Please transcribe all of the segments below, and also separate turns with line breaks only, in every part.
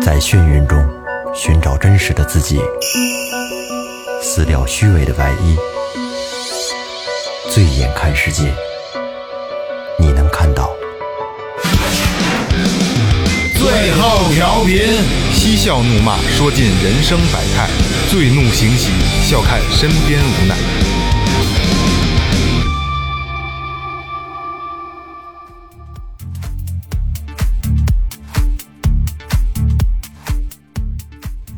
在眩晕中寻找真实的自己，撕掉虚伪的外衣，醉眼看世界，你能看到。
最后调频，
嬉笑怒骂，说尽人生百态；醉怒行喜，笑看身边无奈。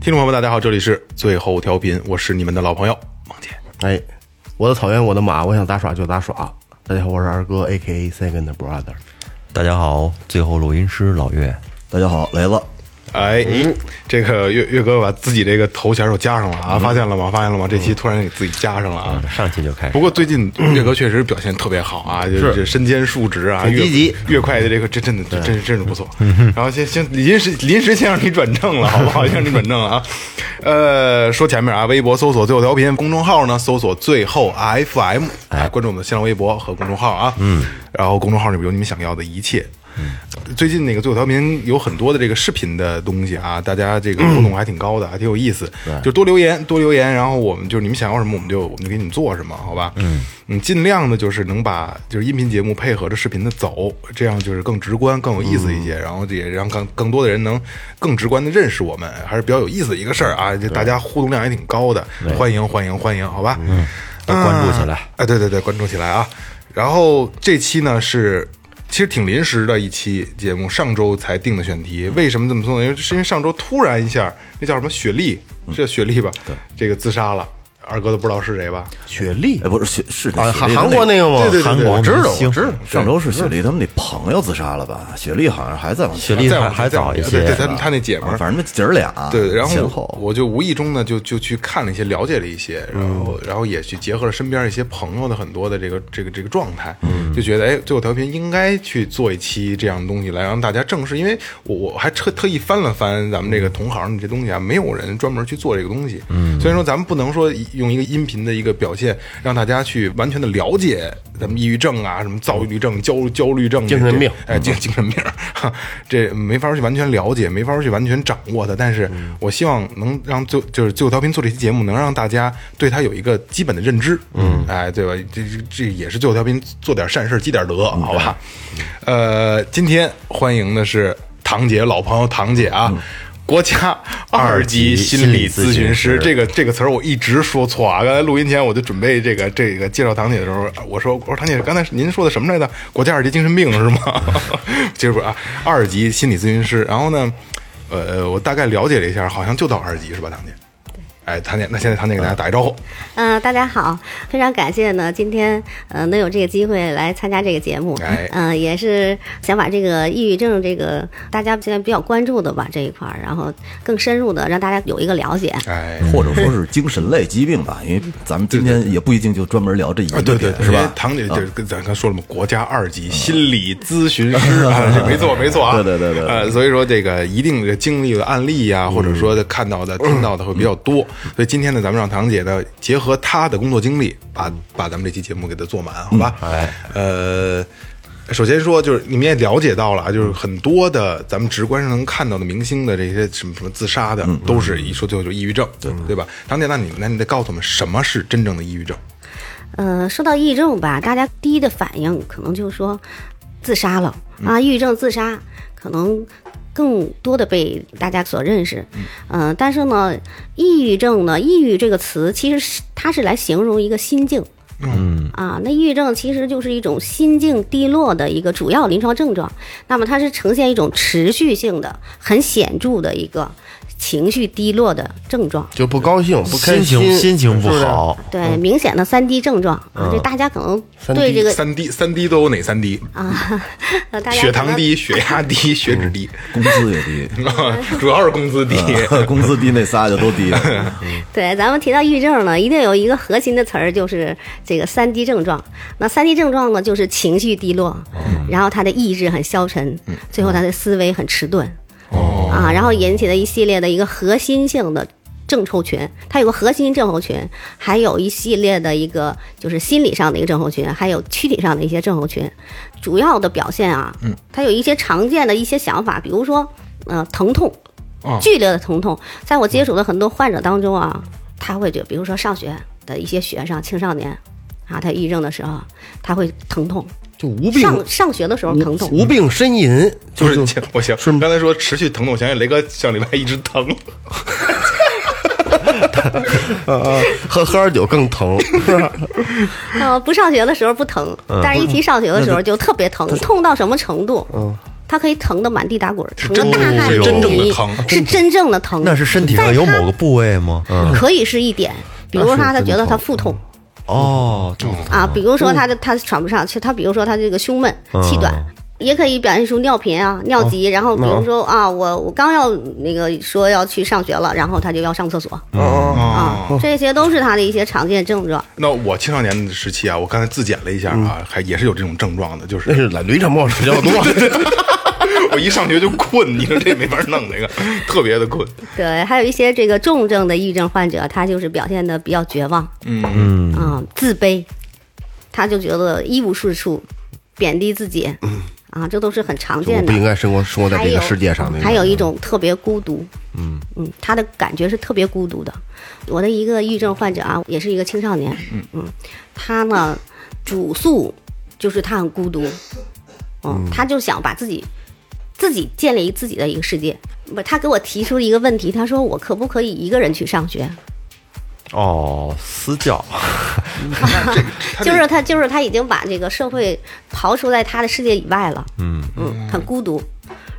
听众朋友们，大家好，这里是最后调频，我是你们的老朋友王姐。
哎，我的草原，我的马，我想咋耍就咋耍。大家好，我是二哥，A K A Second Brother。
大家好，最后录音师老岳，
大家好，雷子，
哎，这个岳岳哥把自己这个头衔又加上了啊，发现了吗？发现了吗？这期突然给自己加上了啊。
上期就开
不过最近岳哥确实表现特别好啊，就是这身兼数职啊，
很
越
积极
越快的这个，这真的这真真是不错。然后先先临时临时先让你转正了，好 不好？先让你转正了啊。呃，说前面啊，微博搜索最后调频，公众号呢搜索最后 FM，哎，关注我们的新浪微博和公众号啊。嗯，然后公众号里边有你们想要的一切。最近那个最后调频有很多的这个视频的东西啊，大家这个互动还挺高的，还挺有意思。
嗯
就多留言，多留言，然后我们就是你们想要什么，我们就我们就给你们做什么，好吧？嗯嗯，尽量的就是能把就是音频节目配合着视频的走，这样就是更直观、更有意思一
嗯
些，然后也让更更多的人能更直观的认识我们，还是比较有意思的一个事儿啊。就大家互动量也挺高的，欢迎欢迎欢迎，好吧？嗯，
都关注起来。
哎，对对对，关注起来啊！然后这期呢是其实挺临时的一期节目，上周才定的选题。为什么这么说呢？因为是因为上周突然一下，那叫什么雪莉，是叫雪莉吧？这个自杀了，二哥都不知道是谁吧？
雪莉
哎，不是雪是那
啊，
雪
韩
莉
韩国那个吗？
对对对对
韩国我知道，
明星
我知道。
上周是雪莉他们那朋友自杀了吧？雪莉好像还在往
雪
前，
莉
再
还
往
还
再往
早一
对对，
些，
他他那姐们
啊
儿，
反正那姐儿俩
对，然后
前
我
后
我就无意中呢，就就就去看了一些，了解了一些，然
嗯
后然后也去结合了身边一些朋友的很多的这个这个这个状态，
嗯
就觉得哎，最后调频应该去做一期这样的东西来让大家正视，因为我我还特特意翻了翻咱们这个同行的这东西啊，没有人专门去做这个东西，嗯，虽然说咱们不能说用一个音频的一个表现让大家去完全的了解咱们抑郁症啊，什么躁郁症、焦焦虑症、
精神病
哎，精精神病儿，哈这没法去完全了解，没法去完全掌握它。但是我希望能让最就是最后调频做这期节目，能让大家对它有一个基本的认知。嗯，哎，对吧？这这这也是最后调频做点善事积点德，好吧？呃，今天欢迎的是堂姐老朋友堂姐啊。国家二级心理咨询师，这个这个词儿我一直说错啊！刚才录音前我就准备这个这个介绍堂姐的时候，我说我说堂姐，刚才您说的什么来着？国家二级精神病是吗？ 其实不是啊，二级心理咨询师。然后呢，呃，我大概了解了一下，好像就到二级是吧，堂姐？哎，堂姐，那现在堂姐给大家打个招呼。
嗯、大家好，非常感谢呢，今天呃能有这个机会来参加这个节目，
哎
嗯、也是想把这个抑郁症这个大家现在比较关注的吧这一块儿，然后更深入的让大家有一个了解。
哎，
或者说是精神类疾病吧，因为咱们今天也不一定就专门聊这一个
啊，对对，
点
对
是
因为
吧？嗯
堂姐就是跟咱刚说了嘛，国家二级心理咨询师啊，这没错没错啊。
对对对对对嗯
呃，所以说这个一定这经历的案例呀，或者说看到的、听到的会比较多。所以今天呢，咱们让堂姐呢，结合她的工作经历，把把咱们这期节目给她做满，好吧？
嗯
哎，呃。首先说，就是你们也了解到了啊，就是很多的咱们直观上能看到的明星的这些什么什么自杀的，
嗯
都是一说最后就抑郁症，对对吧？堂姐，那你那你得告诉我们什么是真正的抑郁症？
呃，说到抑郁症吧，大家第一的反应可能就是说自杀了啊，抑郁症自杀可能更多的被大家所认识。嗯、呃，但是呢，抑郁症呢，抑郁这个词其实是它是来形容一个心境。嗯啊，那抑郁症其实就是一种心境低落的一个主要临床症状，那么它是呈现一种持续性的、很显著的一个情绪低落的症状。
就不高兴，不开
心情心情不
是是
好，
对，明显的三低症状啊，这大家可能对
3D
这个啊
三低三低都有哪三低？
呃大家
血
可能
糖低、血压 低、血脂低，
工资也 低，
嗯
呃
主要是工资低。
嗯
工资低那仨就都低，
对，咱们提到抑郁症呢，一定有一个核心的词儿，就是这个三低症状。那三低症状呢，就是情绪低
哦
落，然后他的意志很消沉，
嗯
最后他的思维很迟钝，
哦
啊，然后引起的一系列的一个核心性的。症候群，它有个核心症候群，还有一系列的一个就是心理上的一个症候群，还有躯体上的一些症候群。
嗯
主要的表现啊，它有一些常见的一些想法，比如说，呃，疼痛，
嗯
剧烈的疼痛，在我接触的很多患者当中啊，他会觉，比如说上学的一些学生、青少年，啊，他抑郁症的时候，他会疼痛，
就无病
上上学的时候
无
疼痛，
无病呻吟，
不
就是就
我想刚才说持续疼痛，我想起雷哥上礼拜一直疼，
啊喝喝点酒更疼， 是吧？
呃，不上学的时候不疼，
嗯
但是一提上学的时候就特别疼，痛到什么程度？嗯，他可以疼得满地打滚，疼得
真
大汗
是
淋
真正的
漓
疼
是真正的疼。
那是身体上有某个部位吗？嗯，
可以是一点，比如说他他觉得他腹痛
哦，肚子
啊，比如说他的他喘不上气，他比如说他这个胸闷气短。也可以表现出尿频啊、尿急，然后比如说啊，我我刚要那个说要去上学了，然后他就要上厕所啊，这些都是他的一些常见症状。
嗯那我青少年时期啊，我刚才自检了一下啊，
嗯
还也是有这种症状的，就是
那是来驴肠冒比较多，
我一上学就困，你说这没法弄，这个特别的困。
对，还有一些这个重症的抑郁症患者，他就是表现的比较绝望，嗯啊、自卑，他就觉得一无是处，贬低自己，啊，这都是很常
就我
见
不
的。
应该生活生活在
还
这
有
个世界上的。
还有一种特别孤独，嗯嗯，他的感觉是特别孤独的。我的一个抑郁症患者啊，也是一个青少年，嗯嗯，他呢主诉就是他很孤独，嗯，他就想把自己自己建立自己的一个世界。不，他给我提出了一个问题，他说我可不可以一个人去上学？
哦，私教，
就是他，就是他已经把这个社会刨除在他的世界以外了，嗯嗯，很孤独，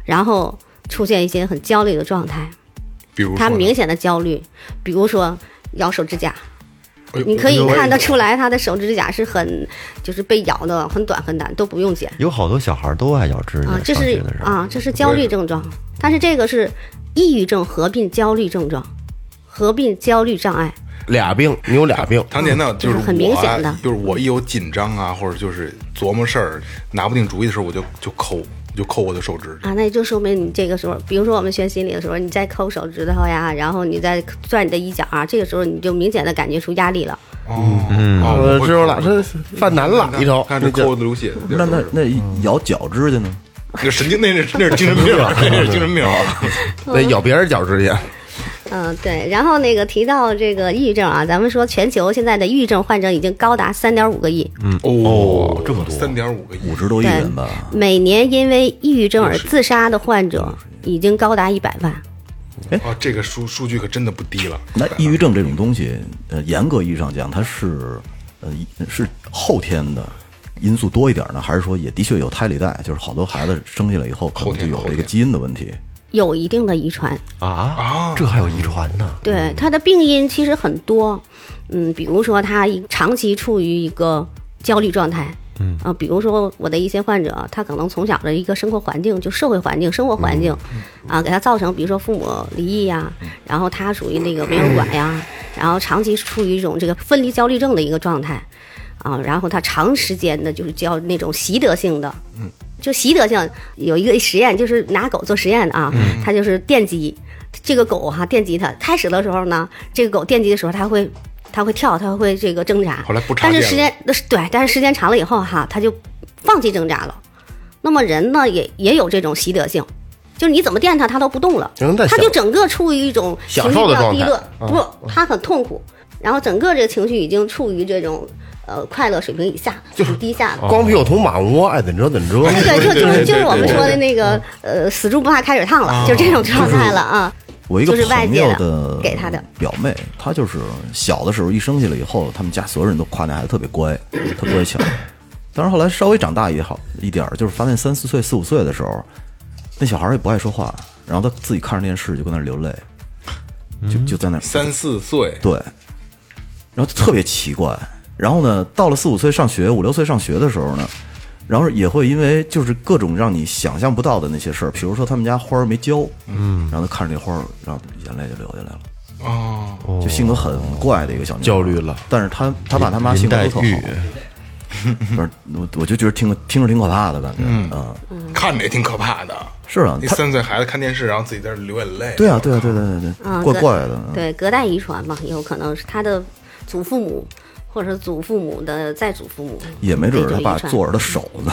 然后出现一些很焦虑的状态。
比如说
他
呢
明显的焦虑，比如说咬手指甲，
哎呦
你可以
我
看得出来他的手指甲是很，就是被咬的很短很短，都不用剪
有好多小孩都爱咬指甲，
啊，这
上
是
学的时候
啊，这是焦虑症状，但是这个是抑郁症合并焦虑症状，合并焦虑障碍，
俩病，你有俩病，
常见的就是
嗯就是很明显的
我啊就是我一有紧张啊，或者就是琢磨事儿拿不定主意的时候，我就就抠，我就抠我的手指。
啊，那也就说明你这个时候，比如说我们学心理的时候，你在抠手指头呀，然后你在拽你的衣角啊，这个时候你就明显的感觉出压力了。
哦，嗯，
我
我
呃知道了，这犯难了，一头
看这抠的流血，
那那那咬脚趾去呢？
那神经，那是那是精神病啊， 那是精神病啊。
那咬别人脚趾甲，
嗯，对。然后那个提到这个抑郁症啊，咱们说全球现在的抑郁症患者已经高达三点五个亿，
哦，这么多，三点五个亿
五，十多亿
对
人吧？
每年因为抑郁症而自杀的患者已经高达一百万。
哦，这个数数据可真的不低了。
那抑郁症这种东西，呃，严格意义上讲，它是呃是后天的因素多一点呢，还是说也的确有胎里带？就是好多孩子生下来以后，可能就有
后天
这个基因的问题。
有一定的遗传，
啊，这还有遗传呢，
对他的病因其实很多，嗯，比如说他一长期处于一个焦虑状态，嗯啊，比如说我的一些患者，他可能从小的一个生活环境，就社会环境、生活环境，啊，给他造成，比如说父母离异呀、然后他属于那个没人管呀，然后长期处于一种这个分离焦虑症的一个状态，啊，然后他长时间的就是叫那种习得性的，
嗯
就习得性有一个实验，就是拿狗做实验的啊，
嗯
它就是电击这个狗哈、电击它。开始的时候呢，这个狗电击的时候，它会它会跳，它会这个挣扎。
后来不插
但
电了
是时间对，但是时间长了以后哈、它就放弃挣扎了。那么人呢，也也有这种习得性，就是你怎么电它，它都不动了，
人在
它
享
就整个处于一种情
享
绪
受
比
的
较
状
低
态
落，不，它很痛苦，然后整个这个情绪已经处于这种呃快乐水平以下，就是低下
哦
了。哎
光屁股捅马蜂窝，爱怎么着怎么
哎
着。
对，就
对
就
对
就是我们
对
说的那个呃，死猪不怕开水烫了，就这种状态了啊。
我一个
就是外
朋
界
友
的给他的
表妹，她就是小的时候一生下来以后，他们家所有人都夸那孩子特别乖，特乖巧。但是后来稍微长大也好一点儿，就是发现三四岁、四五岁的时候，那小孩儿也不爱说话，然后他自己看着电视就跟那儿流泪，就就在那儿
三四岁，
对，然后就特别奇怪。然后呢，到了四五岁上学、五六岁上学的时候呢，然后也会因为就是各种让你想象不到的那些事儿，比如说他们家花儿没浇，嗯，然后他看着那花儿，然后眼泪就流下来了。
啊
哦，就性格很怪的一个小女孩
焦虑了，
但是他他爸他妈性
林
格
黛
都特好
玉，
不是我我就觉得听听着挺可怕的感觉，嗯，
看着也挺可怕的。
是啊，
那
他
三岁孩子看电视，然后自己在这流眼泪。
对啊对啊对对对
啊
对，怪
隔
怪的，嗯
对，隔代遗传嘛，有可能是他的祖父母或者是祖父母的再祖父母，
也没准儿他爸
这种遗 传
做着他手呢，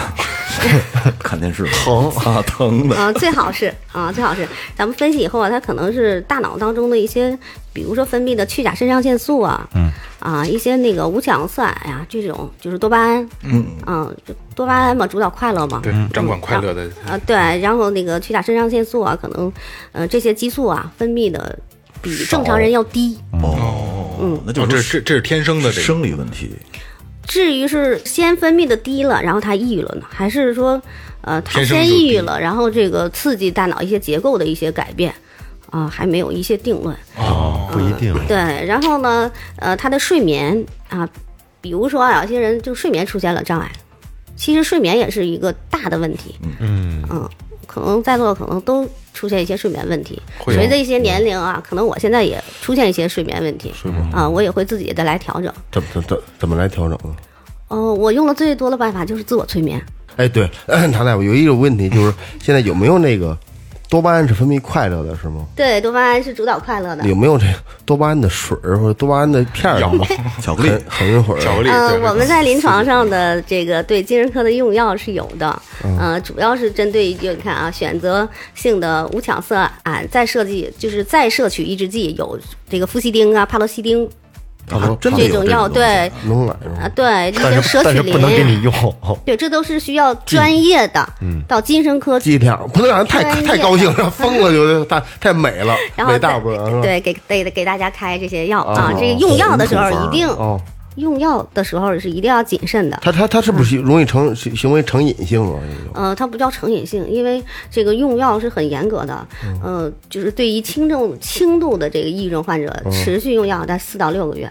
看电视疼啊，疼的。
啊，最好是啊，最好是咱们分析以后啊，它可能是大脑当中的一些，比如说分泌的去甲肾上腺素啊，嗯，啊，一些那个五羟色胺呀，这种就是多巴胺，嗯，啊，就多巴胺嘛，主导快乐嘛，
对，掌管快乐的，
啊，对，然后那个去甲肾上腺素啊，可能呃这些激素啊分泌的比正常人要低，
哦，
哦，
那就
这
是
是这是天生的这个。
生理问 题。
至于是先分泌的低了，然后他抑郁了呢，还是说，呃，他
天生
先
就
抑郁
低
了，然后这个刺激大脑一些结构的一些改变，啊、还没有一些定论。
哦，不一定。
对，然后呢，呃，他的睡眠啊，比如说啊，有些人就睡眠出现了障碍，其实睡眠也是一个大的问题。嗯可能在座的可能都出现一些睡眠问题，
会有
随着一些年龄啊，可能我现在也出现一些睡眠问题
睡不，
啊，我也会自己的来调整。
怎么怎怎怎么来调整啊呢？
哦、我用的最多的办法就是自我催眠。
哎，对， 唐大夫有一种问题就是，现在有没有那个多巴胺是分泌快乐的，是吗？
对，多巴胺是主导快乐的。
有没有这多巴胺的水儿或者多巴胺的片儿？
巧克力
很很一会儿。
巧克力，
呃，
对
我们在临床上的这个对精神科的用药是有的，呃，主要是针对就你看啊，选择性的五羟色胺再设计，就是再摄取抑制剂，有这个夫西汀啊、帕洛西汀
啊真的
这
有
种
这
药，
种东西
对，
能来是吗
啊，对，这些
但是
舍
但
曲
是不能给
林，
你用，
对，这都是需要专业的，到精神科
鸡条不能让人太太高兴了，疯了就太太美了，
哎然后
美大
再
波儿是吧？
对给给给大家开这些药啊
哦，
这个用药的时候一定
哦，
用药的时候是一定要谨慎的。
他他他是不是容易成行行为成瘾性啊？这种
呃，它不叫成瘾性，因为这个用药是很严格的，呃，就是对于轻症轻度的这个抑郁症患者，持续用药在四到六个月，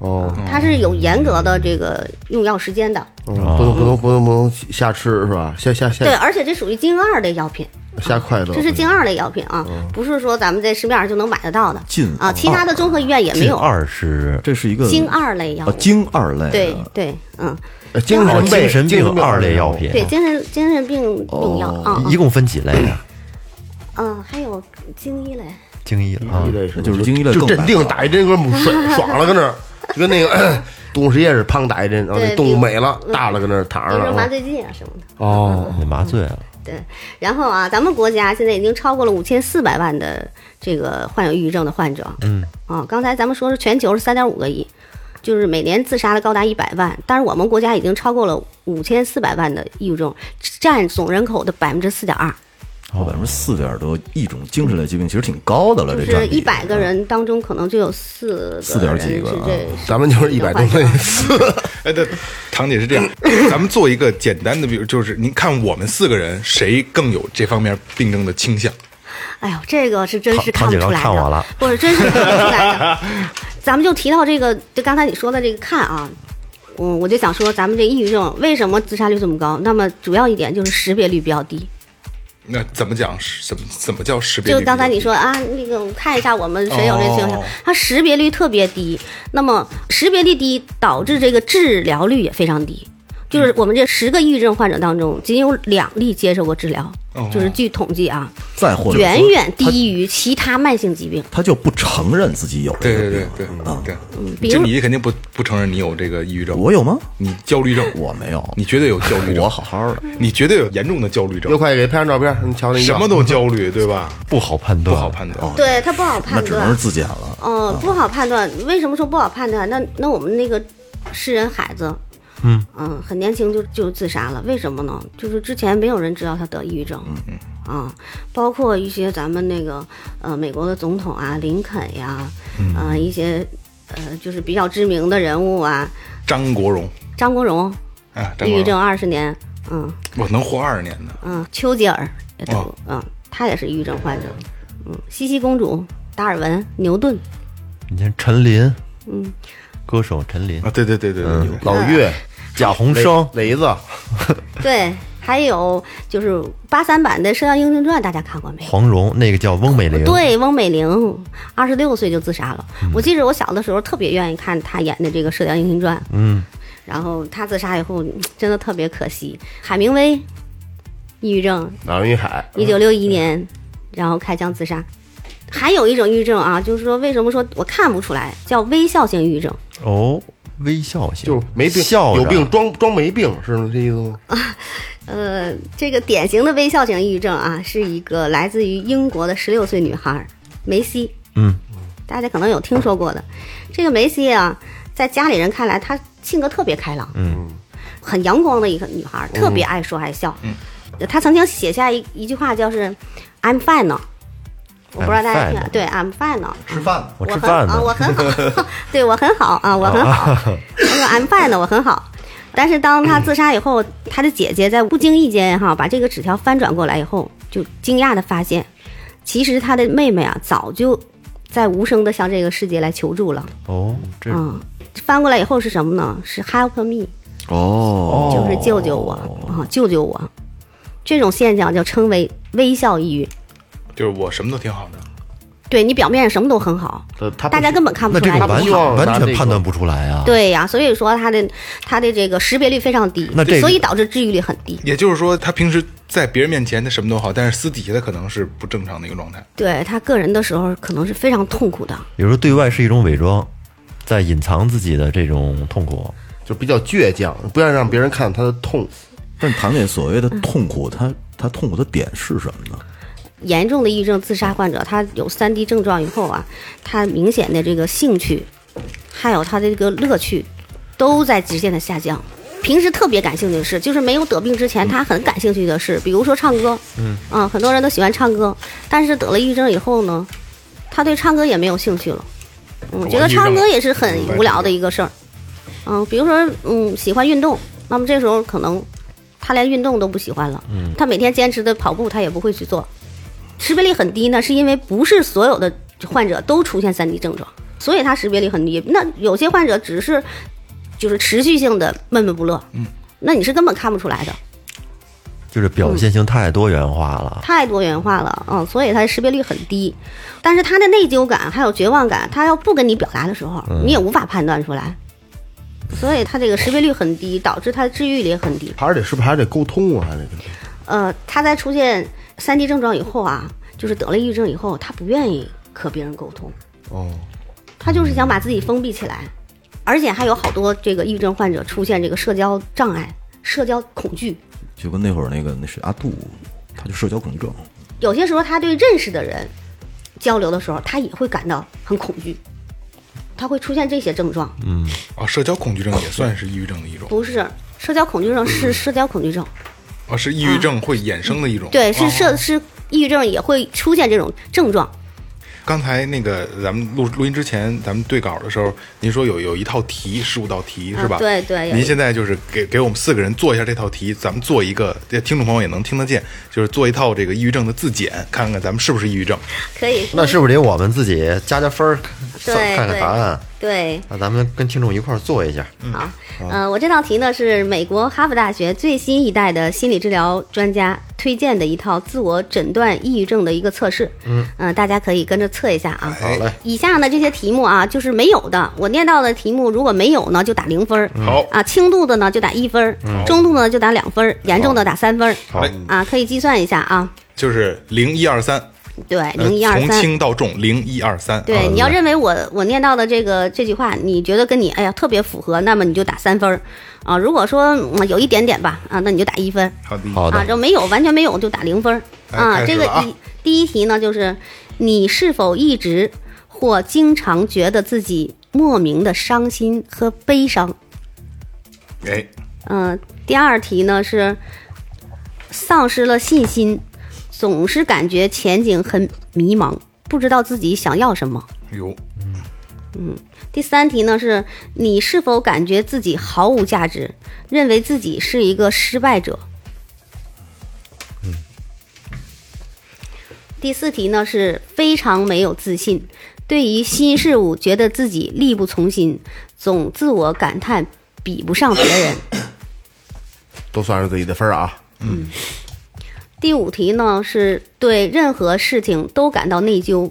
哦，
它是有严格的这个用药时间的。
嗯
啊
不能不能不能不能瞎吃是吧？瞎瞎
对，
瞎
而且这属于精二类药品，
瞎快乐，
这是精二类药品啊，不是说咱们在市面上就能买得到的
禁
啊，其他的综合医院也没
进
有
二是
这是一个
精二类药
啊，
品。
精二类的
对对，嗯，
呃精
哦
神
精
病
神病
病哦
二类药品，
对，精神精神病用药啊，
一共分几类啊？
嗯，啊还有精一类，
精一啊
一，类是吧
那就是精一类
就
更
镇定打一针，哥们儿爽爽了，搁那儿就跟那个 动物实验室，砰打一针，然后那
对嗯
动物
比
美了，大了，搁那儿躺
比
着
如说麻
了。
醉剂啊什么的。
哦，
那麻醉啊了，
对，然后啊，咱们国家现在已经超过了五千四百万的这个患有抑郁症的患者。嗯，啊，刚才咱们说是全球是三点五个亿，就是每年自杀的高达一百万，但是我们国家已经超过了五千四百万的抑郁症，占总人口的百分之四点二，
百分之四点多一种精神类疾病，其实挺高的了。
就
这
是
占比
一百个人当中可能就有四个
四点几
人
个
是
啊
这，
咱们就是一百多
患者
那次，
哎，对，堂姐是这样，咱们做一个简单的，比如就是您看我们四个人谁更有这方面病症的倾向？
哎呦，这个是真是
唐唐
看不
姐
出
刚
来
看我
的
了，
不是真是看不出来的。咱们就提到这个，就刚才你说的这个看啊，嗯，我就想说，咱们这抑郁症为什么自杀率这么高？那么主要一点就是识别率比较低。
那怎么讲？是怎么怎么叫识别？
就刚才你，说啊，那个我看一下我们谁有这倾向
哦，
它识别率特别低。那么识别率低导致这个治疗率也非常低。就是我们这十个抑郁症患者当中，仅有两例接受过治疗，就是据统计啊，
再或者说
远远低于其他慢性疾病。
他，他就不承认自己有这
对
个
对
病
对对
啊。
对，
嗯比
就
如
你肯定不不承认你有这个抑郁症，
我有吗？
你焦虑症，
我没有，
你绝对有焦虑症，
我好好的。
你绝对有严重的焦虑症
又，快给拍张照片，你瞧那
什么都焦虑，对吧？
不好判断，
不好判断。哦
对他不好判
那
断，
只能是自检了。
嗯，不好判断。为什么说不好判断？那那我们那个诗人孩子，嗯很年轻就就自杀了，为什么呢？就是之前没有人知道他得抑郁症，嗯嗯，啊，包括一些咱们那个呃美国的总统啊，林肯呀，啊、一些呃就是比较知名的人物啊，
张国荣
张国荣
啊，张
抑
国
郁症
荣，
二十年，嗯
我能活二十年呢。
嗯，丘吉尔也得过，
哦
嗯，他也是抑郁症患者，嗯，茜茜公主、达尔文、牛顿。
你看陈琳，嗯，歌手陈琳
啊，，对对对对对，有
老岳、
贾宏声，
雷子，
对，还有就是八三版的《射雕英雄传》，大家看过没有？
黄蓉，那个叫翁美玲，，嗯
对，翁美玲二十六岁就自杀了。我记着我小的时候特别愿意看她演的这个《射雕英雄传》，
嗯，
然后她自杀以后嗯真的特别可惜。海明威，抑郁症，
马云海，
一九六
嗯
一年，然后开枪自杀。还有一种抑郁症啊，就是说为什么说我看不出来，叫微笑性抑郁症。
哦，微笑型，
就是没病，
笑着
有病装装没病，是这意思吗？
呃，这个典型的微笑型抑郁症啊，是一个来自于英国的十六岁女孩儿梅西。
嗯，
大家可能有听说过的。这个梅西啊，在家里人看来，她性格特别开朗，嗯，很阳光的一个女孩
嗯
儿，特别爱说爱笑。嗯，她曾经写下一一句话，就是 “I'm fine 呢”，我不知道大家
I'm
听
fine
对 “I'm fine 呢”，
吃饭呢
我吃
很
饭呢哦
啊，，我很 好，对我很好啊，我很好。他说 I'm fine 的，我很好。但是当他自杀以后，他的姐姐在不经意间哈把这个纸条翻转过来以后，就惊讶的发现，其实他的妹妹啊早就在无声的向这个世界来求助了。
哦，这
嗯，翻过来以后是什么呢？是 Help me，
哦，
就是救救我
哦
啊，救救我。这种现象就称为微笑抑郁。
就是我什么都挺好的，
对你表面上什么都很好，
呃他不
大家根本看不
那
出
这
来
种
你
完
好
全
希望拿
完全
这个
判断不出来啊。
对呀、所以说他的他的这个识别率非常低，
那这个
所以导致治愈率很低。
也就是说，他平时在别人面前他什么都好，但是私底下他可能是不正常的一个状态。
对他个人的时候，可能是非常痛苦的。
比如说对外是一种伪装，在隐藏自己的这种痛苦。
就比较倔强，不要让别人看到他的痛。
但唐姐所谓的
嗯
痛苦，她她痛苦的点是什么呢？
严重的抑郁症自杀患者，他有三低症状以后啊，他明显的这个兴趣，还有他的这个乐趣，都在直线的下降。平时特别感兴趣的事，就是没有得病之前，他很感兴趣的事，比如说唱歌，嗯，啊，很多人都喜欢唱歌，但是得了抑郁症以后呢，他对唱歌也没有兴趣了，嗯，
我
觉得
抑郁症
唱歌
了
也是很无聊的一个事儿，嗯，比如说，嗯，喜欢运动，那么这时候可能他连运动都不喜欢了，嗯，他每天坚持的跑步他也不会去做，识别率很低呢，是因为不是所有的患者都出现三低症状，所以他识别率很低。那有些患者只是就是持续性的闷闷不乐，嗯，那你是根本看不出来的，
就是表现性太多元化了，
太多元化了，嗯，所以他识别率很低。但是他的内疚感还有绝望感，他要不跟你表达的时候，你也无法判断出来，所以他这个识别率很低，导致他的治愈率也很低。
还是得是不是还得沟通啊？还得
呃，他在出现三低症状以后啊，就是得了抑郁症以后，他不愿意和别人沟通。
哦，
他就是想把自己封闭起来，而且还有好多这个抑郁症患者出现这个社交障碍、社交恐惧。
就跟那会儿那个那谁阿杜，他就社交恐惧症，
有些时候，他对认识的人交流的时候，他也会感到很恐惧，他会出现这些症状。
嗯
啊，社交恐惧症也算是抑郁症的一种，
不是社交恐惧症，
嗯
是社交恐惧症，
哦
啊，是抑郁症会衍生的一种。
对，是
啊
社是抑郁症也会出现这种症状。
刚才那个咱们录录音之前，咱们对稿的时候，您说有有一套题，十五道题
啊
是吧？
对对有
您现在就是给给我们四个人做一下这套题，咱们做一个，这听众朋友也能听得见，就是做一套这个抑郁症的自检，看看咱们是不是抑郁症。
可以，
那是不是得我们自己加加分儿，
对
看看答案？
对，
那咱们跟听众一块儿做一下。
嗯
好，呃，我这道题呢是美国哈佛大学最新一代的心理治疗专家推荐的一套自我诊断抑郁症的一个测试。嗯，呃，大家可以跟着测一下啊。好嘞。以下呢这些题目啊，就是没有的，我念到的题目如果没有呢，就打零分儿。
嗯好嗯
啊，轻度的呢就打一分儿，中度呢就打两分儿，严重的打三分儿。
好嘞
啊，可以计算一下啊。
哎就是零一二三，
对，
呃
零一二
从
三。
轻到重，零一二三。啊
对，你要认为我我念到的这个这句话，你觉得跟你哎呀特别符合，那么你就打三分儿啊。如果说、嗯有一点点吧啊，那你就打一分
好的，
好
啊，
的，
这没有完全没有就打零分儿
哎
啊。
开始
这
了
个
啊
一第一题呢，就是你是否一直或经常觉得自己莫名的伤心和悲伤？
哎，
嗯、第二题呢是丧失了信心，总是感觉前景很迷茫，不知道自己想要什么。
有
第三题呢是你是否感觉自己毫无价值，认为自己是一个失败者？第四题呢是非常没有自信，对于新事物觉得自己力不从心，总自我感叹比不上别人。
都算上自己的分儿啊。
第五题呢是对任何事情都感到内疚，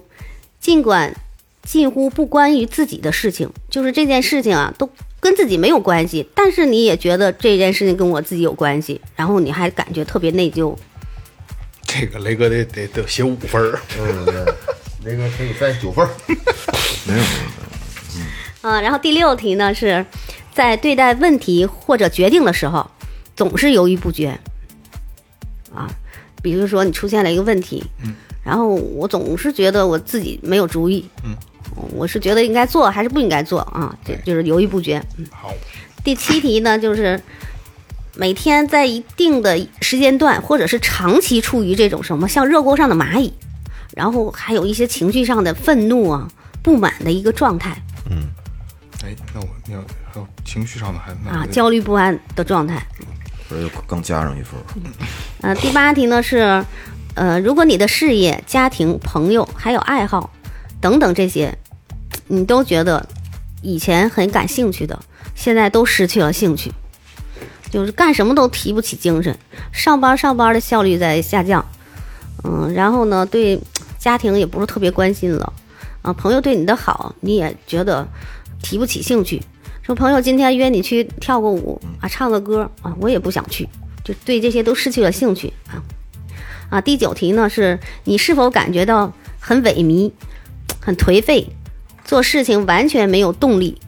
尽管近乎不关于自己的事情，就是这件事情啊都跟自己没有关系，但是你也觉得这件事情跟我自己有关系，然后你还感觉特别内疚。
这个雷哥得得得写五分儿，
雷哥可以算九分儿，
呃啊，然后第六题呢是，在对待问题或者决定的时候，总是犹豫不决。啊，比如说你出现了一个问题，然后我总是觉得我自己没有主意，我是觉得应该做还是不应该做啊，这就是犹豫不决。
好，
第七题呢，就是每天在一定的时间段，或者是长期处于这种什么像热锅上的蚂蚁，然后还有一些情绪上的愤怒啊、不满的一个状态
哎，那我你要还有情绪上的还那
啊，
我
焦虑不安的状态。
不是又刚加上一分儿，
呃，第八题呢是，呃，如果你的事业、家庭、朋友还有爱好等等这些，你都觉得以前很感兴趣的，现在都失去了兴趣，就是干什么都提不起精神，上班上班的效率在下降，嗯，然后呢，对家庭也不是特别关心了，啊，朋友对你的好你也觉得提不起兴趣。说朋友今天约你去跳个舞啊，唱个歌啊，我也不想去，就对这些都失去了兴趣啊。啊，第九题呢是你是否感觉到很萎靡、很颓废，做事情完全没有动力？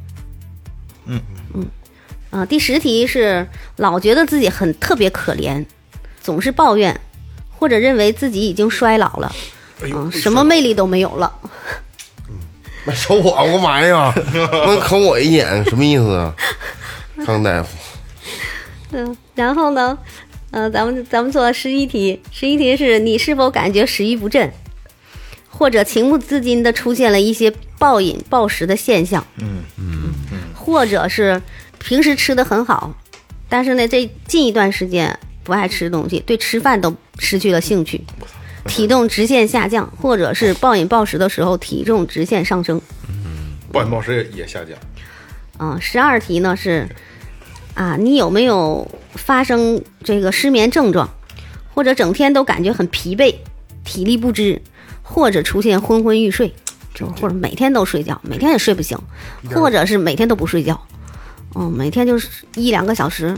嗯嗯。啊，第十题是老觉得自己很特别可怜，总是抱怨，或者认为自己已经衰老了，嗯、什么魅力都没有了。
那瞅我干嘛呀？那啃我一眼什么意思啊？康大夫，
嗯，然后呢，呃，咱们咱们做十一题，十一题是你是否感觉食欲不振，或者情不自禁的出现了一些暴饮暴食的现象？嗯嗯或者是平时吃的很好，但是呢，这近一段时间不爱吃东西，对吃饭都失去了兴趣，体重直线下降，或者是暴饮暴食的时候体重直线上升。
暴饮暴食也也下降，
啊，十二题呢是啊，你有没有发生这个失眠症状，或者整天都感觉很疲惫、体力不支，或者出现昏昏欲睡，就或者每天都睡觉，每天也睡不醒，或者是每天都不睡觉，嗯，每天就是一两个小时，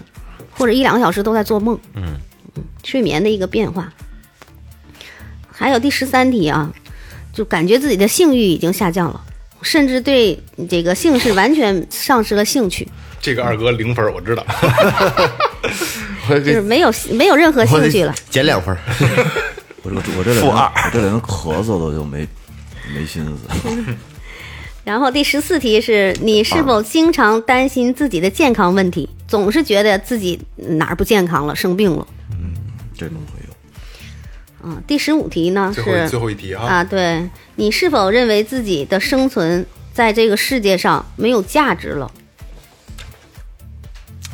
或者一两个小时都在做梦，嗯睡眠的一个变化。还有第十三题啊，就感觉自己的性欲已经下降了。甚至对这个性事完全丧失了兴趣，
这个二哥零分儿，我知道。
我
就是
这
没有没有任何
我
兴趣了。
减两分儿。
我这我这两天我这两天咳嗽的就没没心思，
然后第十四题是你是否经常担心自己的健康问题，总是觉得自己哪儿不健康了，生病了。
这种会有。
啊，第十五题呢
最后一
是
最后一题哈，
啊，对你是否认为自己的生存在这个世界上没有价值了？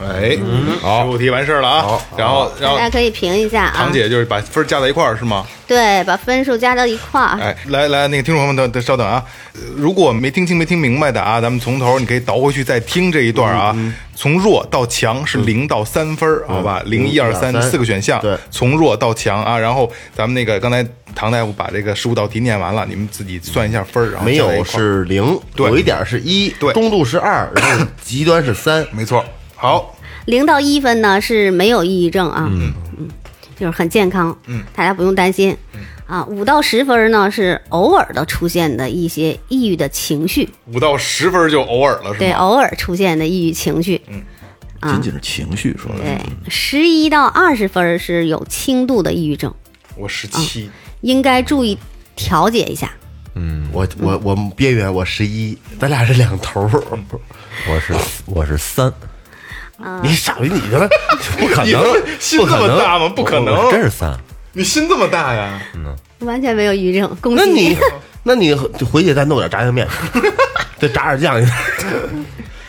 哎，好，十五题完事儿了啊。然后然
大
后
家可以评一下啊
堂，姐就是把分儿加在一块儿是吗？
对，把分数加到一块儿。
哎，来来，那个听众朋友们，等等稍等啊，呃如果没听清、没听明白的啊，咱们从头你可以倒回去再听这一段啊。从弱到强是零到三分儿，好吧？零一二三
嗯
四个选项，
对
从弱到强啊。然后咱们那个刚才唐大夫把这个十五道题念完了，你们自己算一下分儿，然后
没
加在一块
有
儿
是零，
对
有一点儿是一，
对
中度是二，然后极端是三。
没错。好，
零到一分呢是没有抑郁症啊，嗯就是很健康，嗯，大家不用担心。啊，五到十分呢是偶尔的出现的一些抑郁的情绪，
五到十分儿就偶尔了，是
对，
吗？
偶尔出现的抑郁情绪。
仅仅是情绪说的，
嗯对，十一到二十分是有轻度的抑郁症，
我十七，
应该注意调节一下。
我我我边缘我十一，咱俩是两头儿。
我是我是三，
你傻逼，你他妈
不可
你
啊
能，
心
不可
这么
能
大吗不可能
我我真是三。
你心这么大呀？
完全没有抑郁症，恭
那
喜
你那你回去再弄点炸酱面，再炸点酱去。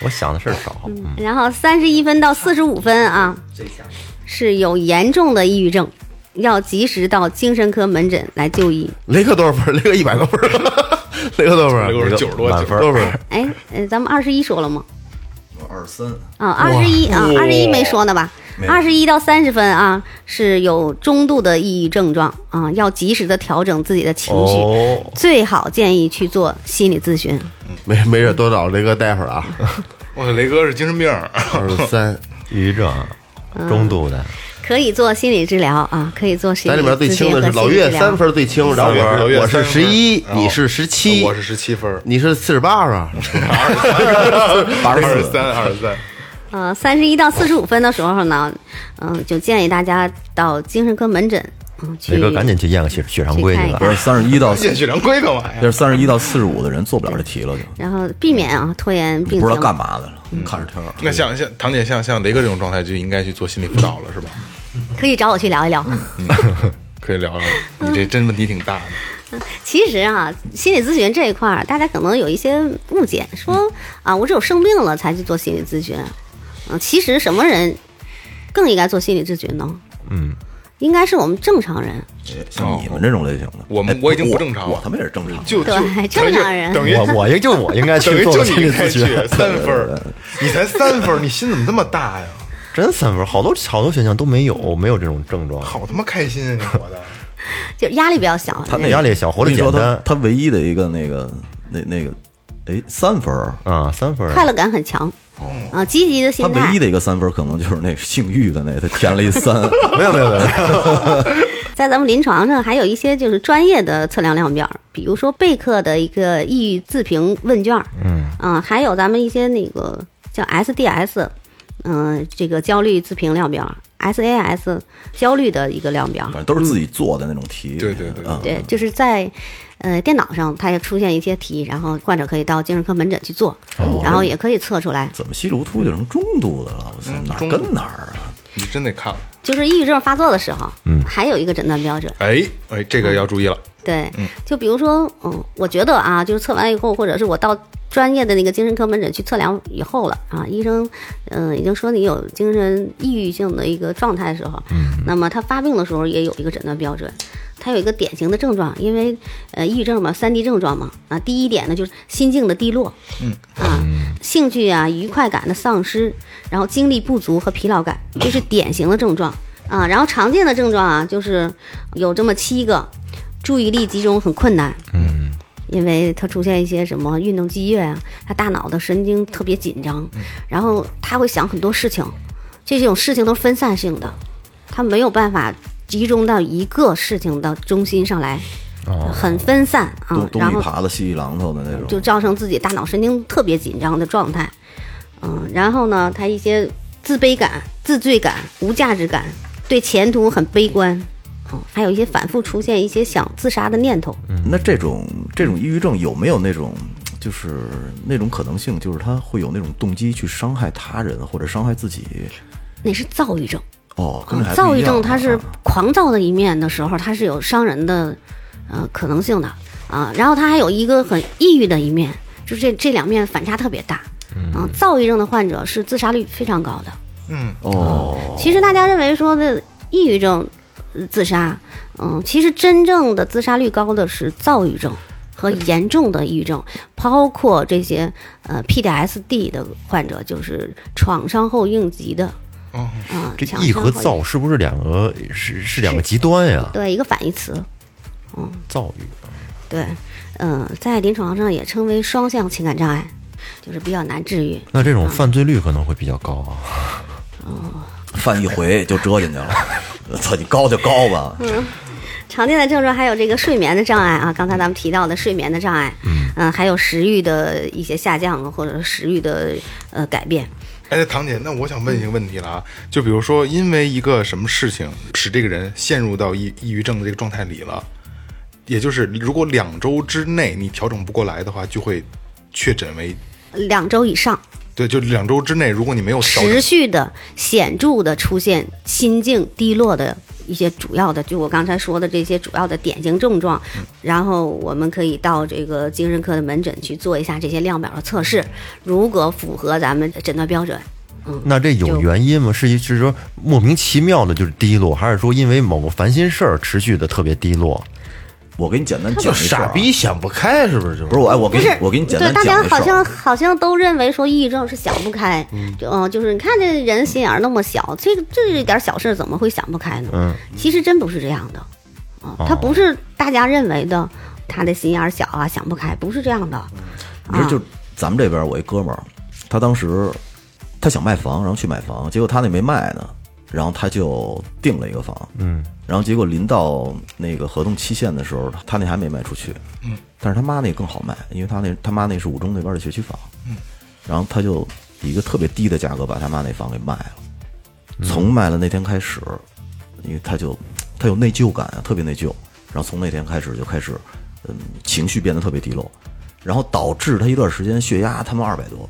我想的事儿少，嗯
然后三十一分到四十五分啊，是有严重的抑郁症，要及时到精神科门诊来就医。
雷克多少分？雷克一百多分，雷克多少
雷
分？
哥是九十多，
满
九
分
分
儿
多少分？
哎，呃咱们二十一说了吗？
我二十三，
啊，二十一啊，二十一没说呢吧？二十一到三十分啊，是有中度的抑郁症状啊，要及时的调整自己的情绪，
哦，
最好建议去做心理咨询。
没没事，多找雷哥待会儿啊。
我雷哥是精神病儿，
二十三，
抑郁症中度的，
可以做心理治疗啊，可以做心
咱
理
里
咨询和
面最轻的是老岳三分最轻，然后
老岳
我我
三
是
分
十一，
然后
你是十 七，
我是十七分儿，
你是四十八啊？
二十三，
八十
二十
四，
三，二十三，
呃，三十一到四十五分的时候呢，嗯、就建议大家到精神科门诊，嗯，去
磊哥赶紧去验个血血常规去吧
不。是三十一到
验血常规干嘛呀？
要是三十一到四十五的人做不了这题了，就
然后避免啊拖延病情。
不知道干嘛的了，看着天
嗯
儿。啊
那像像堂姐像像雷哥这种状态就应该去做心理辅导了，是吧？嗯
可以找我去聊一聊。
嗯
可以聊聊，你这真问题挺大的。
其实啊，心理咨询这一块儿，大家可能有一些误解，说啊，我只有生病了才去做心理咨询。嗯、其实什么人更应该做心理咨询呢？嗯，应该是我们正常人。
像你们这种类型的，
哦我们
哎
我已经
我
不正常了
我他妈也是正常。
哦就就
对
等于
正常人
等于
我我就我应该
等
去
于
做
就
个心
你
理
应该
咨
去
询，
三分儿，你才三分儿，你心怎么这么大呀？
真三分儿，好多好多选项都没有，没有这种症状。
好他妈开心啊！你活的，
就压力比较小。
他那压力小，活得
你
简
说他
单
他唯一的一个那个那那个，哎，三分儿，
啊，三分儿。
快乐感很强，啊，积极的
他
心
唯
态
一。的一个三分儿可能就是那个性欲的那，他填了一三。
没有没有没有，
在咱们临床上还有一些就是专业的测量量表，比如说贝克的一个抑郁自评问卷，嗯，啊，还有咱们一些那个叫 SDS，嗯、这个焦虑自评量表，SAS 焦虑的一个量表，
反正都是自己做的那种题。
对对对
啊，
对，就是在呃电脑上，它也出现一些题，然后患者可以到精神科门诊去做，然后也可以测出来。
怎么稀里糊涂就成中度的了？我
嗯
操，哪儿跟哪儿啊？
你真得看。
就是抑郁症发作的时候，嗯，还有一个诊断标准，
哎哎，这个要注意了。
对，就比如说，嗯，我觉得啊，就是测完以后，或者是我到专业的那个精神科门诊去测量以后了啊，医生，嗯、已经说你有精神抑郁性的一个状态的时候，那么他发病的时候也有一个诊断标准，他有一个典型的症状，因为呃，抑郁症嘛，三低症状嘛，啊，第一点呢就是心境的低落，嗯啊，兴趣啊、愉快感的丧失，然后精力不足和疲劳感，这是典型的症状啊。然后常见的症状啊，就是有这么七个，注意力集中很困难，嗯，因为他出现一些什么运动激越啊，他大脑的神经特别紧张，然后他会想很多事情，这种事情都是分散性的，他没有办法集中到一个事情的中心上来，很分散
东
啊。
东
然
一
后
耙子西一榔头的那种。
就造成自己大脑神经特别紧张的状态。嗯，然后呢，他一些自卑感、自罪感、无价值感，对前途很悲观。嗯，还有一些反复出现一些想自杀的念头。
嗯那这种这种抑郁症有没有那种，就是那种可能性，就是他会有那种动机去伤害他人或者伤害自己？
那是躁郁症。
哦，
嗯
跟这还不一样
躁郁症
啊
它是狂躁的一面的时候，它是有伤人的呃可能性的啊。然后它还有一个很抑郁的一面，就这这两面反差特别大。
嗯
啊，躁郁症的患者是自杀率非常高的。
哦，
其实大家认为说的抑郁症呃自杀，嗯，其实真正的自杀率高的是躁郁症和严重的抑郁症，包括这些呃 PTSD 的患者，就是创伤后应激的。啊，
哦这
创
抑
伤
和
后
躁是不是两个是是两个极端呀？
对一个反义词，
躁郁，
对，嗯、在临床上也称为双向情感障碍，就是比较难治愈。
那这种犯罪率可能会比较高啊。
犯一回就折进去了。 操，你高就高吧，
嗯常见的症状还有这个睡眠的障碍啊，刚才咱们提到的睡眠的障碍，嗯、还有食欲的一些下降啊或者是食欲的呃改变，
哎，唐姐，那我想问一个问题了啊，就比如说，因为一个什么事情使这个人陷入到抑抑郁症的这个状态里了，也就是如果两周之内你调整不过来的话，就会确诊为
两周以上
对，就两周之内，如果你没有调整
持续的显著的出现心境低落的一些主要的，就我刚才说的这些主要的典型症状，然后我们可以到这个精神科的门诊去做一下这些量表的测试，如果符合咱们诊断标准，
那这有
就
原因吗？是一是说莫名其妙的就是低落，还是说因为某个烦心事儿持续的特别低落？
我给你简单 讲
就
一事儿
傻
啊。
逼想不开是不是？就是
不是我，哎，我给
不
你
是，
我给你简单
对
讲
大
一事
家
儿。
好像好像都认为说抑郁症是想不开，嗯，嗯、就是你看这人心眼儿那么小，这个这点小事怎么会想不开呢？嗯，其实真不是这样的，啊、他
哦
不是大家认为的他的心眼儿小啊，想不开，不是这样的，
你知道，就咱们这边，我一哥们儿，他当时他想卖房，然后去买房，结果他那没卖呢，然后他就订了一个房，嗯，然后结果临到那个合同期限的时候，他那还没卖出去，嗯，但是他妈那更好卖，因为他那他妈那是五中那边的学区房，嗯，然后他就以一个特别低的价格把他妈那房给卖了。从卖了那天开始，因为他就他有内疚感啊，特别内疚。然后从那天开始就开始，嗯，情绪变得特别低落，然后导致他一段时间血压他妈二百多，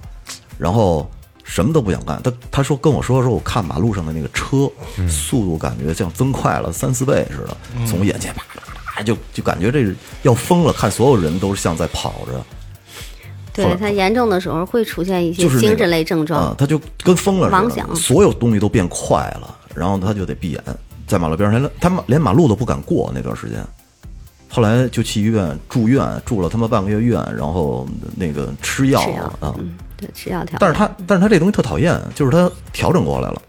然后什么都不想干。他他说跟我说说，我看马路上的那个车、速度感觉像增快了三四倍似的，从我眼前啪啪啪就就感觉这是要疯了，看所有人都是像在跑着。后
对
来
他严重的时候会出现一些
就是那个
精神类症
啊
状，，
他就跟疯了
妄
似的，
想
所有东西都变快了，然后他就得闭眼，在马路边上，他妈连马路都不敢过那段时间。后来就去医院住院，住了他妈半个月院，然后那个吃药
吃药，
啊。
嗯，对，吃药调。
但是他，但是他这东西特讨厌，就是他调整过来了，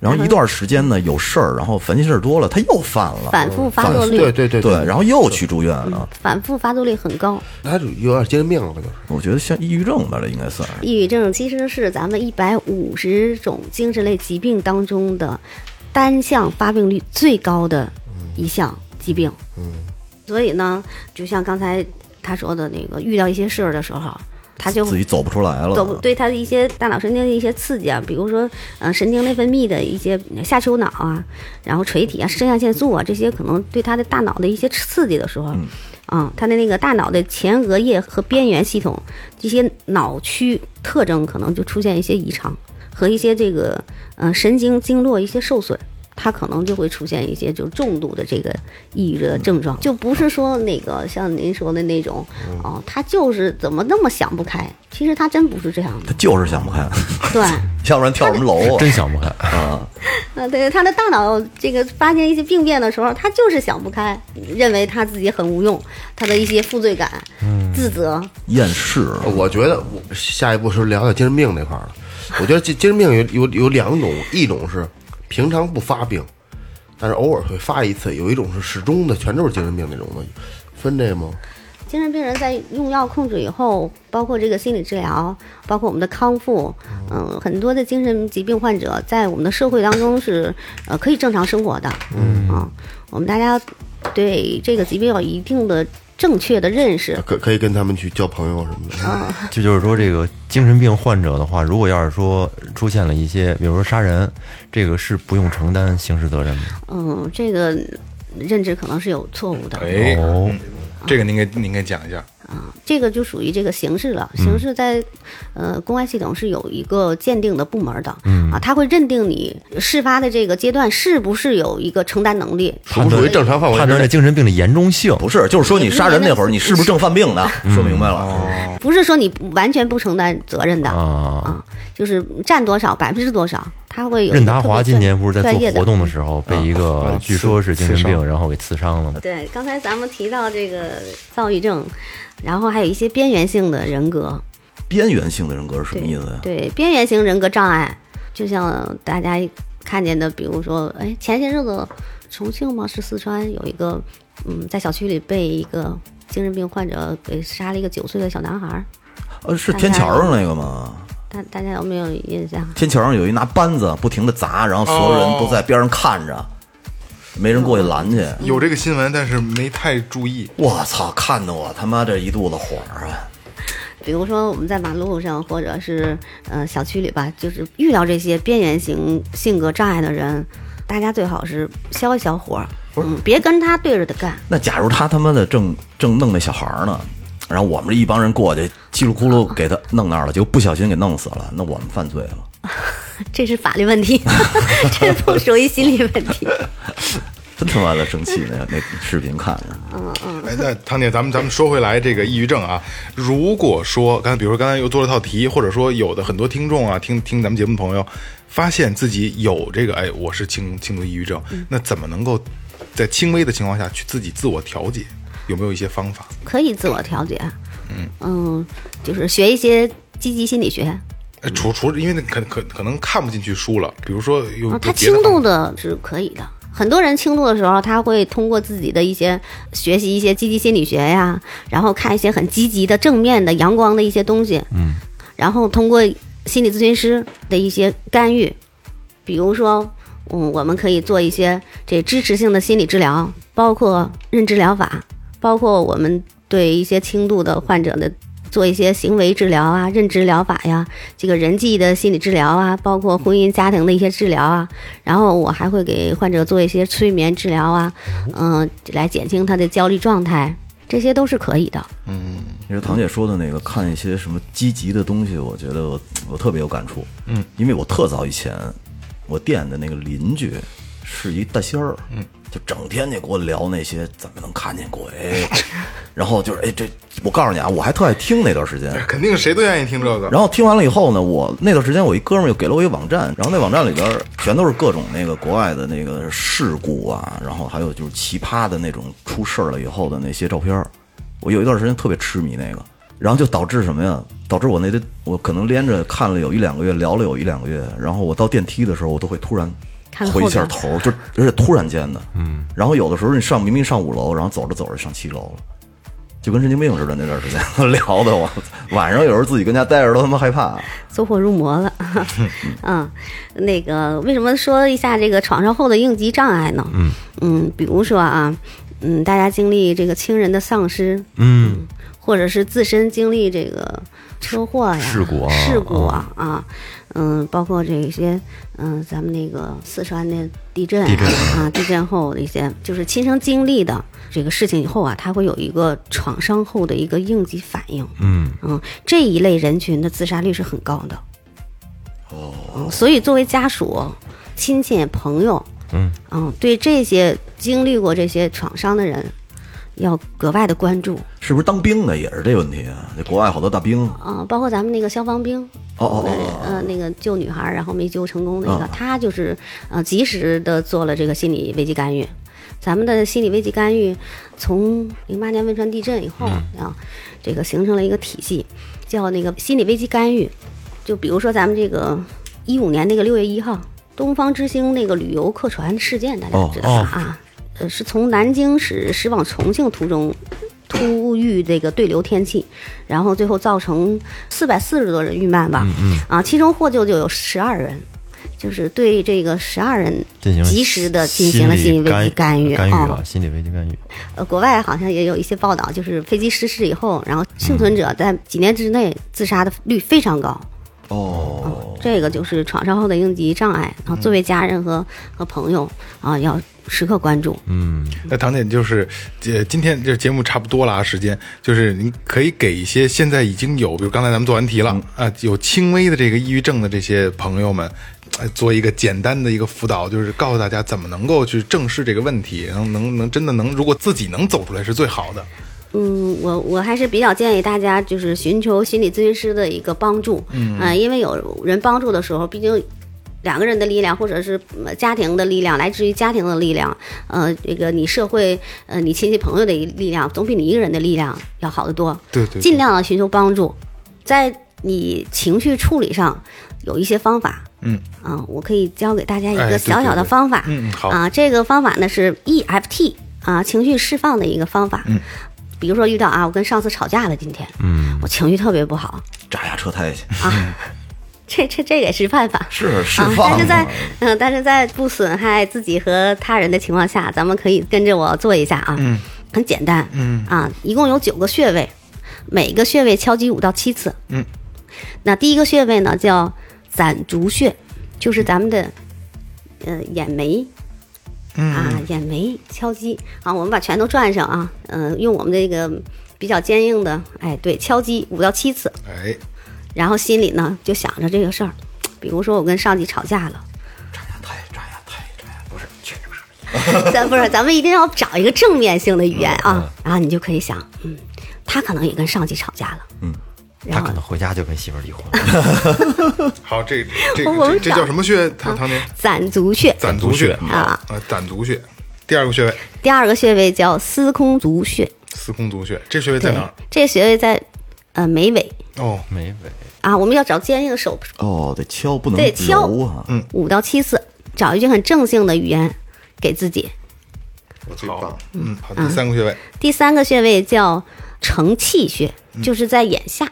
然后一段时间呢有事儿，然后烦心事儿多了，他又犯了，
反复发作率，
啊对对对
对，然后又去住院
嗯
了。
反复发作率很高。
他就有点精神病了，可能是
我觉得像抑郁症吧，这应该算是。
抑郁症其实是咱们一百五十种精神类疾病当中的单项发病率最高的一项疾病。嗯，所以呢，就像刚才他说的那个，遇到一些事儿的时候，他就
自己走不出来了，
走不对他的一些大脑神经的一些刺激啊，比如说呃神经内分泌的一些下丘脑啊，然后垂体啊、肾上腺素啊这些，可能对他的大脑的一些刺激的时候，啊，他的那个大脑的前额叶和边缘系统这些脑区特征可能就出现一些异常和一些这个呃神经经络一些受损。他可能就会出现一些就重度的这个抑郁的症状，就不是说那个像您说的那种哦，他就是怎么那么想不开，其实他真不是这样的
他，就是想不开，
对，
要不然跳什么楼啊？
真想不开。
啊，对，他的大脑这个发现一些病变的时候，他就是想不开，认为他自己很无用，他的一些负罪感、自责，
厌世，
我觉得我下一步是聊聊精神病这块儿了。我觉得精精神病有有有两种，一种是平常不发病，但是偶尔会发一次；有一种是始终的，全都是精神病那种的，分这吗？
精神病人在用药控制以后，包括这个心理治疗，包括我们的康复，嗯，很多的精神疾病患者在我们的社会当中是呃可以正常生活的，嗯啊，我们大家对这个疾病有一定的正确的认识，
可可以跟他们去交朋友什么的。
这就是说，这个精神病患者的话，如果要是说出现了一些，比如说杀人，这个是不用承担刑事责任的。
嗯，这个认知可能是有错误的，
哎，
哦，
这个您给您给讲一下，
这个就属于这个刑事了。刑事在、呃公安系统是有一个鉴定的部门的，啊，他会认定你事发的这个阶段是不是有一个承担能力，
属不属于正常范围之内
判断这精神病的严重性。
不是，就是说你杀人那会儿，你是不是正犯病的？说明白了，
不是说你不完全不承担责任的
啊，
啊，就是占多少百分之多少，他会有
任达华今年不是在
专业
做
的
活动的时候被一个据说是精神病，然后给嗯啊刺伤了吗？
对，刚才咱们提到这个躁郁症，然后还有一些边缘性的人格，
边缘性的人格是什
对
么意思呀？
对，边缘型人格障碍，就像大家看见的，比如说，哎，前些日子重庆吗？是四川有一个，嗯，在小区里被一个精神病患者给杀了一个九岁的小男孩儿，
呃，是天桥上那个吗？
大大家有没有印象？
天桥上有一拿扳子不停的砸，然后所有人都在边上看着，没人过去拦去。
有这个新闻，但是没太注意。
我操，看得我他妈这一肚子火啊！
比如说我们在马路上，或者是呃小区里吧，就是遇到这些边缘型性格障碍的人，大家最好是消一消火，嗯，别跟他对着的干。
那假如他他妈的正正弄那小孩儿呢，然后我们这一帮人过去叽里咕噜给他弄那儿了，结果不小心给弄死了，那我们犯罪了。
这是法律问题， 这不属于心理问题。
真他妈的生气那那视频看着，
哎，那唐姐，咱们咱们说回来这个抑郁症啊，如果说刚才，比如说刚才又做了套题，或者说有的很多听众啊，听听咱们节目的朋友，发现自己有这个，哎，我是轻轻度抑郁症，
嗯
那怎么能够在轻微的情况下去自己自我调节？有没有一些方法？
可以自我调节，嗯就是学一些积极心理学。
哎
嗯
除除因为那可可可能看不进去书了，比如说有
啊，
别的
他轻
方
度的是可以的。很多人轻度的时候，他会通过自己的一些学习一些积极心理学呀，然后看一些很积极的、正面的、阳光的一些东西，嗯，然后通过心理咨询师的一些干预，比如说，嗯，我们可以做一些这支持性的心理治疗，包括认知疗法，包括我们对一些轻度的患者的。做一些行为治疗啊、认知疗法呀，这个人际的心理治疗啊，包括婚姻家庭的一些治疗啊。然后我还会给患者做一些催眠治疗啊，嗯、来减轻他的焦虑状态，这些都是可以的。
你说唐姐说的那个，看一些什么积极的东西，我觉得我我特别有感触。嗯，因为我特早以前，我店的那个邻居是一大仙儿，嗯，就整天就给我聊那些怎么能看见鬼， 然后就是哎这，我告诉你啊，我还特爱听那段时 间。
肯定谁都愿意听这个。
然后听完了以后呢，我那段时间我一哥们儿又给了我一网站，然后那网站里边儿全都是各种那个国外的那个事故啊，然后还有就是奇葩的那种出事儿了以后的那些照片儿。我有一段时间特别痴迷那个，然后就导致什么呀？导致我那天我可能连着看了有一两个月，聊了有一两个月，然后我到电梯的时候，我都会突然
看后
回一下
边
头，就而且突然间的，嗯。然后有的时候你上明明上五楼，然后走着走着上七楼了。就跟神经病似的，那段时间 聊的我晚上有时候自己跟家待着都他妈害怕。
走火入魔了。嗯，那个为什么说一下这个床上后的应激障碍呢？嗯比如说啊，嗯，大家经历这个亲人的丧失，
嗯，
或者是自身经历这个车祸呀、
事故啊
事故啊啊，嗯，包括这些，嗯，咱们那个四川的地震啊，地震啊，地震后的一些，就是亲身经历的这个事情以后啊，他会有一个创伤后的一个应激反应，嗯这一类人群的自杀率是很高的。哦，所以作为家属、亲戚、朋友，嗯对这些经历过这些创伤的人，要格外的关注。
是不是当兵的也是这问题啊？这国外好多大兵，哦
啊，包括咱们那个消防兵，
哦
呃
哦，
呃，那个救女孩儿然后没救成功那个，
啊
他就是呃及时的做了这个心理危机干预。咱们的心理危机干预从零八年汶川地震以后、
嗯
啊，这个形成了一个体系，叫那个心理危机干预。就比如说咱们这个一五年那个六月一号，东方之星那个旅游客船事件，大
哦
家知道吧？啊，呃，是从南京驶驶往重庆途中突遇这个对流天气，然后最后造成四百四十多人遇难吧，啊，其中获救就有十二人，就是对这个十二人
进行
及时的进行了心理危机干预
干预
啊
啊，，心理危机干预。
呃，国外好像也有一些报道，就是飞机失事以后，然后幸存者在几年之内自杀的率非常高。哦，这个就是创伤后的应激障碍。然后作为家人和、和朋友啊，要时刻关注。
那唐姐就是，呃，今天这节目差不多了啊，时间就是您可以给一些现在已经有，比如刚才咱们做完题了啊、有轻微的这个抑郁症的这些朋友们，呃做一个简单的一个辅导，就是告诉大家怎么能够去正视这个问题，能能能真的能，如果自己能走出来是最好的。
嗯，我我还是比较建议大家就是寻求心理咨询师的一个帮助，嗯、因为有人帮助的时候，毕竟两个人的力量，或者是呃家庭的力量，来自于家庭的力量，呃，这个你社会，呃，你亲戚朋友的力量，总比你一个人的力量要好得多。
对对对
尽量寻求帮助，在你情绪处理上有一些方法，
嗯，
啊，我可以教给大家一
哎对
个小小
对
的
对
方法，
嗯嗯好
啊，这个方法呢是 EFT 啊，情绪释放的一个方法，嗯。比如说遇到啊，我跟上司吵架了，今天，嗯，我情绪特别不好，
扎牙车胎去，
这这这也是办法，
是释
啊，
放
但是在
嘛。
嗯、但是在不损害自己和他人的情况下，咱们可以跟着我做一下啊，嗯，很简单，嗯啊，一共有九个穴位，每个穴位敲击五到七次，嗯，那第一个穴位呢叫攒竹穴，就是咱们的呃眼眉。啊，眼眉敲击啊，我们把拳头转上啊，嗯、用我们这个比较坚硬的，哎，对，敲击五到七次，
哎，
然后心里呢就想着这个事儿，比如说我跟上级吵架了，咱不是，咱们一定要找一个正面性的语言啊，然后你就可以想，嗯，他可能也跟上级吵架了，嗯，
他
然后
可能回家就跟媳妇儿离婚了。
好，这这
我
这
们
这
找
叫什么穴？唐唐姐，
攒足穴，
攒足穴
啊，
啊，攒足穴。第二个穴位，
第二个穴位叫司空足穴，
司空足穴，这穴位在
对
哪儿？，
这个穴位在呃眉尾
哦，
没尾，
啊，我们要找坚硬的手
哦，得敲，不能
对敲嗯
揉啊。
五到七次，找一句很正性的语言给自己。
我最棒。嗯，好，第三个穴位，
第三个穴位叫承泣穴，就是在眼下，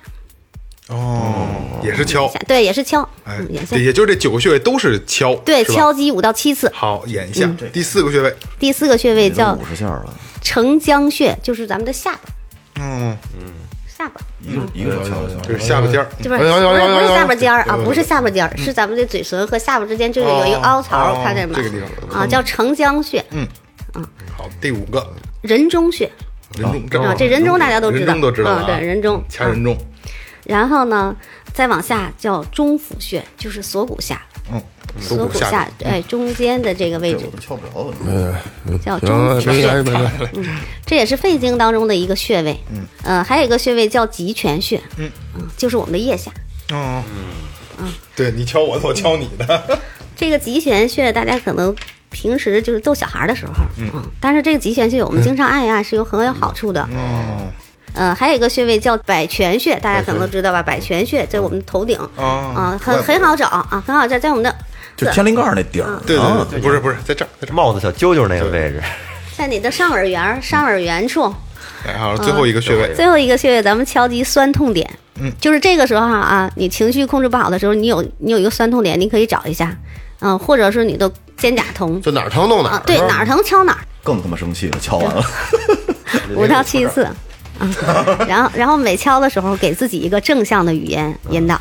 哦，也是敲
下，对，也是敲，
哎
嗯，眼下
对，也就是这九个穴位都是敲，
对，
是吧
敲嗯击五到七次。
好，眼下、第四个穴位，
第四个穴位叫
五十下了，
承浆穴，就是咱们的下巴。
嗯，
下巴，
一个一个翘起来。
就是下巴尖儿，
这不是
哎
不
呦
是
哎呦哎呦
不
哎
是
呦
下巴尖儿啊，
对
不是下巴尖儿，是咱们的嘴唇和下巴之间就是有一个
哦
凹槽
哦，
看见吗
这个地？方
啊，叫承浆穴、
好，第五个
人中穴
人中
啊，这人中大家都知
人
道，
中都知道啊
嗯，对，人中
掐人中，
然后呢，再往下叫中府穴，就是锁骨下，
锁
锁
骨
骨
下
下，哎，中间的这个位置
我都翘不着了，
叫
行了，
中府
别来
穴，
别来，
这也是肺经当中的一个穴位。嗯，呃，还有一个穴位叫极泉穴，嗯，就是我们的腋下。
哦，对你敲我的，我敲你的，
这个极泉穴，大家可能平时就是逗小孩儿的时候，嗯，但是这个极泉穴我们经常按一按是有很有好处的。
哦
呃，还有一个穴位叫百泉穴，大家可能都知道吧？百泉嗯穴在我们的头顶，
哦，
啊，很很好找啊，很好找，在我们的
就天灵盖儿那顶儿。
对
啊
对对，不是不是，在这儿，在这
帽子小揪揪那个位置，
在你的上耳缘儿、上耳缘处，
儿，哎，好，最
啊
后一个穴位，
最后一个穴位，咱们敲击酸痛点。嗯，就是这个时候啊，你情绪控制不好的时候，你有你有一个酸痛点，你可以找一下，嗯、或者是你的肩胛疼
就哪儿疼弄哪
啊
儿，，
对，哪儿疼敲哪儿，
更他妈生气了，敲完了。
五到七次。啊，然后 然后每敲的时候，给自己一个正向的语言引导。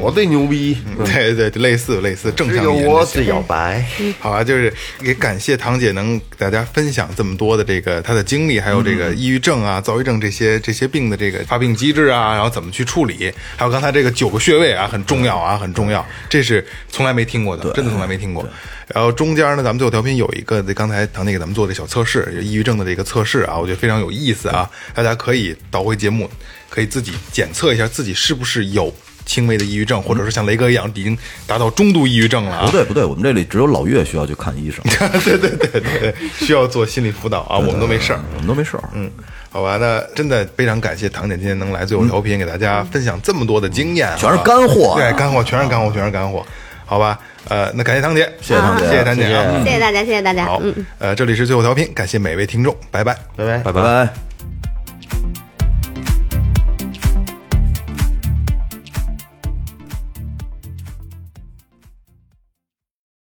我最牛逼，
对对，对类似类似正
这
向
个
的言
我
行
最摇摆，
好吧，就是也感谢堂姐能给大家分享这么多的这个她的经历，还有这个抑郁症啊、躁郁症这些这些病的这个发病机制啊，然后怎么去处理，还有刚才这个九个穴位啊，很重要啊，很重要，这是从来没听过的，真的从来没听过。然后中间呢，咱们最后调频有一个刚才堂姐给咱们做的小测试，有抑郁症的这个测试啊，我觉得非常有意思啊，大家可以倒回节目，可以自己检测一下自己是不是有。轻微的抑郁症，或者是像雷哥一样已经达到中度抑郁症了啊
不！对不对，我们这里只有老岳需要去看医生，
对对对对，需要做心理辅导啊，我们都没事儿。
我们都没事儿。
嗯，好吧，那真的非常感谢唐姐今天能来最后调频，给大家分享这么多的经验啊，
嗯全是干货啊
对，干货，全是干货，全是干货，好吧，呃，那感谢唐姐，
谢谢唐姐
谢谢唐姐啊，
谢谢大家，谢谢大家。
好
嗯。，
呃，这里是最后调频，感谢每位听众，拜拜。
拜拜。
拜
拜拜。